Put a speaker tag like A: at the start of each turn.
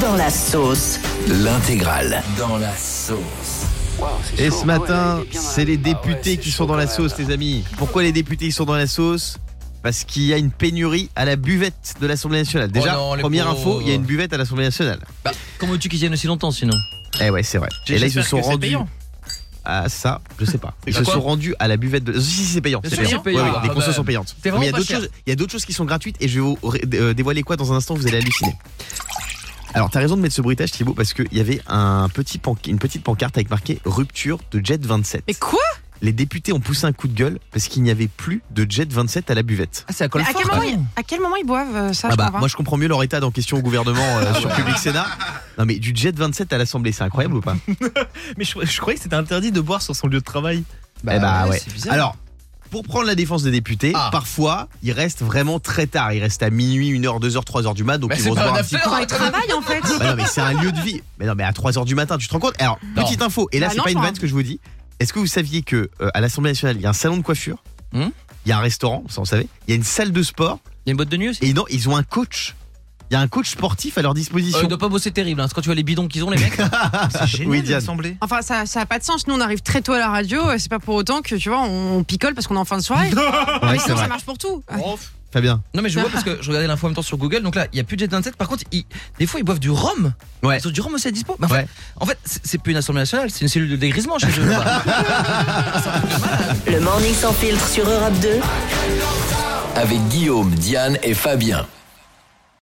A: Dans la sauce.
B: L'intégrale dans la sauce.
C: Et ce matin, c'est
D: Ah
C: les députés qui sont dans la sauce, Ah les amis. Pourquoi les députés ils sont dans la sauce Parce qu'il y a une pénurie à la buvette de l'Assemblée nationale. Déjà,
D: Oh non, les
C: première
D: pauvres.
C: info, il y a une buvette à l'Assemblée nationale.
D: Bah, comment veux-tu qu'ils tiennent aussi longtemps sinon
C: Eh ouais, c'est vrai. Et là, ils se sont rendus à ça, je sais pas. Ils se
D: quoi
C: sont rendus à la buvette de. Si, si, c'est payant. C'est
D: sûr,
C: payant.
D: c'est payant.
C: Ouais, ouais,
D: Ah
C: les
D: bah,
C: consos sont payantes.
D: c'est vraiment
C: Mais il y a
D: pas
C: d'autres
D: cher.
C: choses- il y a d'autres choses qui sont gratuites et je vais vous ré- euh, dévoiler quoi dans un instant, vous allez halluciner. Alors, t'as raison de mettre ce bruitage, Thibaut, parce qu'il y avait un petit pan- une petite pancarte avec marqué rupture de Jet 27.
E: Mais quoi
C: les députés ont poussé un coup de gueule parce qu'il n'y avait plus de Jet 27 à la buvette.
D: Ah, c'est à
E: Mais à, quel moment, ils- à quel moment ils boivent euh, ça
C: Ah
E: je
C: bah,
E: comprends pas. Ah
C: moi je comprends mieux leur état en question au gouvernement euh, sur Public Sénat. Non mais du Jet 27 à l'Assemblée, c'est incroyable ou pas
F: Mais je, je croyais que c'était interdit de boire sur son lieu de travail.
C: Eh bah, ouais.
D: Ah, c'est bizarre.
C: Alors, pour prendre la défense des députés,
D: Ah.
C: parfois ils restent vraiment très tard. Ils restent à minuit, 1h, 2h, 3h du mat, donc
D: Bah,
C: ils
D: c'est
C: vont se
D: pas
C: boire
D: un
C: un petit
D: affaire.
C: coup.
E: Ils travaillent en fait.
C: Bah non mais c'est un lieu de vie. Mais non mais à 3h du matin, tu te rends compte Alors,
D: Non.
C: petite info, et là
E: Bah
C: c'est
E: non,
C: pas
E: je
C: une
E: crois.
C: vanne ce que je vous dis. Est-ce que vous saviez que euh, à l'Assemblée nationale, il y a un salon de coiffure
D: Hmm
C: il y a un restaurant, ça on savait. Il y a une salle de sport
D: Il y a une boîte de nuit aussi
C: Et non, ils ont un coach. Il y a un coach sportif à leur
D: Euh,
C: disposition.
D: Ils doivent pas bosser terrible, hein. C'est quand tu vois les bidons qu'ils ont les mecs.
F: C'est génial,
C: Oui,
F: oui,
C: Diane.
F: l'assemblée.
E: Enfin, ça n'a pas de sens. Nous, on arrive très tôt à la radio. euh, C'est pas pour autant que, tu vois, on picole parce qu'on est en fin de soirée.
C: Ouais,
E: Mais
C: c'est
E: ça,
C: vrai.
E: ça marche pour tout.
C: Fabien.
D: Non mais je vois parce que je regardais l'info en même temps sur Google, donc là il y a plus de Jet 27, par contre ils- des fois ils boivent du rhum.
C: Ouais.
D: Ils ont du rhum aussi à dispo. Mais en,
C: Ouais.
D: fait, en fait c'est c'est plus une assemblée nationale, c'est une cellule de dégrisement chez eux.
A: Le morning sans filtre sur Europe 2.
B: Avec Guillaume, Diane et Fabien.